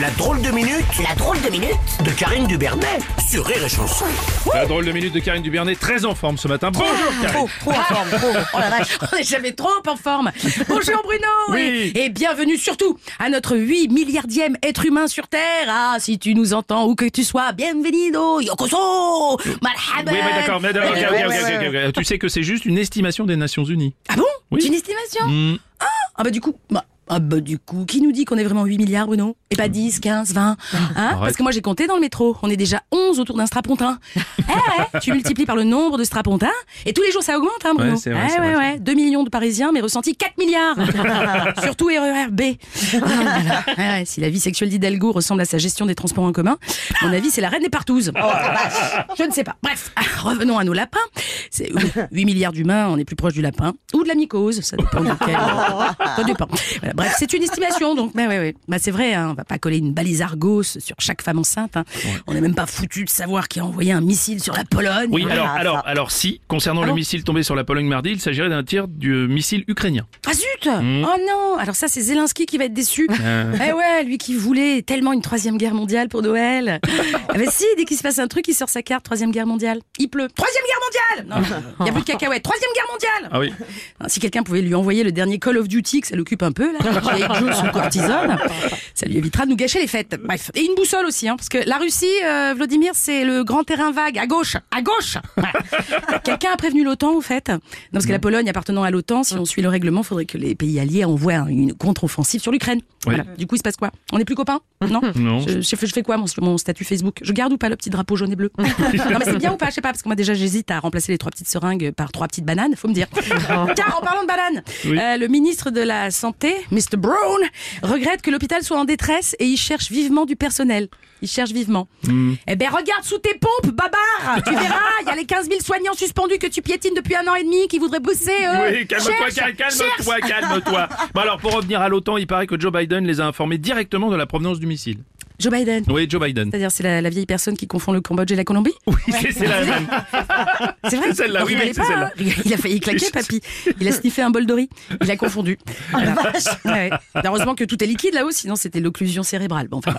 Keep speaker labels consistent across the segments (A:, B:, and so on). A: La drôle de minute, la drôle de minute de Karine Dubernet sur Rire et Chanson.
B: La drôle de minute de Karine Dubernet, très en forme ce matin. Bonjour Karine
C: Trop, trop en forme, trop. Oh la vache, on est jamais trop en forme. Bonjour Bruno
B: Oui.
C: et, et bienvenue surtout à notre 8 milliardième être humain sur Terre. Ah, si tu nous entends, où que tu sois, bienvenido, yokoso,
B: Oui,
C: marhaban.
B: mais bah, d'accord, mais d'accord,
C: Euh,
B: ok, ok,
C: ouais,
B: ok,
C: ouais, ouais.
B: ok, ok. Tu sais que c'est juste une estimation des Nations Unies.
C: Ah bon
B: Oui.
C: C'est une estimation
B: Hmm.
C: Ah bah du coup, bah, ah bah du coup, qui nous dit qu'on est vraiment 8 milliards Bruno Eh bah, Et pas 10, 15, 20 hein Parce que moi j'ai compté dans le métro, on est déjà 11 autour d'un strapontin. eh ouais, tu multiplies par le nombre de strapontins, et tous les jours ça augmente hein Bruno
B: Ouais, c'est vrai,
C: Eh
B: c'est
C: ouais,
B: vrai, c'est
C: ouais. 2 millions de Parisiens, mais ressentis 4 milliards Surtout RER B. Ah là là. Ouais, ouais, si la vie sexuelle d'Hidalgo ressemble à sa gestion des transports en commun, à mon avis, c'est Oh, la reine des partouses. Je ne sais pas. Bref, ah, revenons à nos lapins. C'est 8 milliards d'humains, on est plus proche du lapin. Ou de la mycose, ça dépend duquel. Ça dépend. Voilà, bref, c'est une estimation, donc. Mais ouais, ouais. Bah, c'est vrai, hein, on va pas coller une balise argos sur chaque femme enceinte. hein. On n'est même pas foutu de savoir qui a envoyé un missile sur la Pologne.
B: Oui,
C: Hein.
B: alors, alors, alors si, concernant le
C: Ah bon
B: missile tombé sur la Pologne mardi, il s'agirait d'un tir du missile ukrainien.
C: Ah zut Oh non Alors ça, c'est Zelensky qui va être déçu.
B: Euh.
C: Eh ouais, lui qui voulait tellement une troisième guerre mondiale pour Noël. ah ben si, dès qu'il se passe un truc, il sort sa carte, troisième guerre mondiale. Il pleut. Troisième guerre mondiale Non, il n'y a plus de cacahuètes. Troisième guerre mondiale
B: Ah oui.
C: Alors, Si quelqu'un pouvait lui envoyer le dernier Call of Duty, que ça l'occupe un peu, là, avec Joe sous cortisone, ça lui évitera de nous gâcher les fêtes. Bref. Et une boussole aussi, hein, parce que la Russie, euh, Vladimir, c'est le grand terrain vague, à gauche, à gauche Voilà. Quelqu'un a prévenu l'OTAN, au fait Non, parce que la Pologne appartenant à l'OTAN, si on suit le règlement, faudrait que les pays alliés envoient un- une contre-offensive sur l'Ukraine.
B: Oui.
C: Voilà. Du coup, il se passe quoi On n'est plus copains Non
B: Non.
C: je, je fais, je fais quoi mon, mon statut Facebook Je garde ou pas le petit drapeau jaune et bleu Non mais c'est bien ou pas Je sais pas parce que moi déjà j'hésite à remplacer les trois petites seringues par trois petites bananes, faut me dire. Car en parlant de bananes,
B: Oui.
C: euh, le ministre de la santé, Mr Brown, regrette que l'hôpital soit en détresse et il cherche vivement du personnel. Il cherche vivement.
B: Hmm.
C: Eh ben regarde sous tes pompes, babar Tu verras, il y a les 15 000 soignants suspendus que tu piétines depuis un an et demi qui voudraient bosser. eux.
B: Oui, calme-toi,
C: Euh, Cherche,
B: calme-
C: cherche.
B: calme-toi, calme-toi. Bon alors, pour revenir à l'OTAN, il paraît que Joe Biden les a informés directement de la provenance du missile.
C: Joe Biden.
B: Oui, Joe Biden.
C: C'est-à-dire c'est la, la vieille personne qui confond le Cambodge et la Colombie
B: Oui, c'est c'est la même.
C: C'est vrai
B: C'est celle-là,
C: Non,
B: oui,
C: rigolez
B: oui, c'est
C: pas,
B: celle-là.
C: hein. Rigole- Il a failli claquer, papy. Il a sniffé un bol de riz. Il a confondu.
B: Ah,
C: Voilà. Ouais. Heureusement que tout est liquide là-haut, sinon c'était l'occlusion cérébrale. Bon, enfin.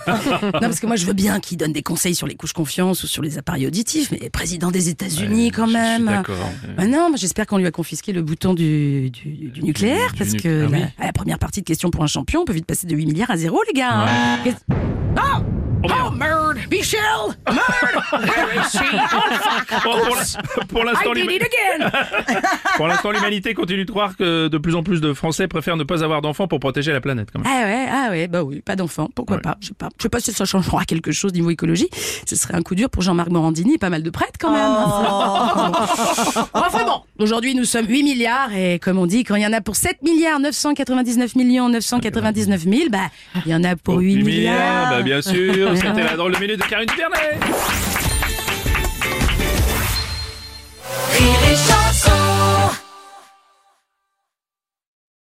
C: Non, parce que moi je veux bien qu'il donne des conseils sur les couches confiance ou sur les appareils auditifs, mais président des États-Unis
B: Ouais,
C: quand
B: je suis
C: même.
B: d'accord.
C: Bah non, mais j'espère qu'on lui a confisqué le bouton du, du- du nucléaire,
B: du
C: parce
B: nuc-
C: que
B: ah oui.
C: la, à la première partie de question pour un champion, on peut vite passer de 8 milliards à zéro, les gars. hein. Qu'est- Oh!
B: Oh, merde. Ah,
C: Oh, merde! Michel! Merde! Where is she? Oh, fuck!
B: Bon, pour l'in- pour l'instant,
C: I did
B: l'huma-
C: it again!
B: pour l'instant, l'humanité continue de croire que de plus en plus de Français préfèrent ne pas avoir d'enfants pour protéger la planète. Quand même.
C: Ah ouais, ah ouais, bah oui, pas d'enfant, pourquoi
B: Ouais.
C: pas, je sais pas. Je sais pas si ça changera quelque chose niveau écologie. Ce serait un coup dur pour Jean-Marc Morandini, et pas mal de prêtres quand même. enfin bon, aujourd'hui nous sommes 8 milliards et comme on dit, quand il y en a pour 7 milliards 999 millions 999 000, bah il y en a pour 8
B: Huit
C: milliards.
B: bah, bien sûr. C'était la drôle de minute de Karine Dubernet.
D: Rire et chanson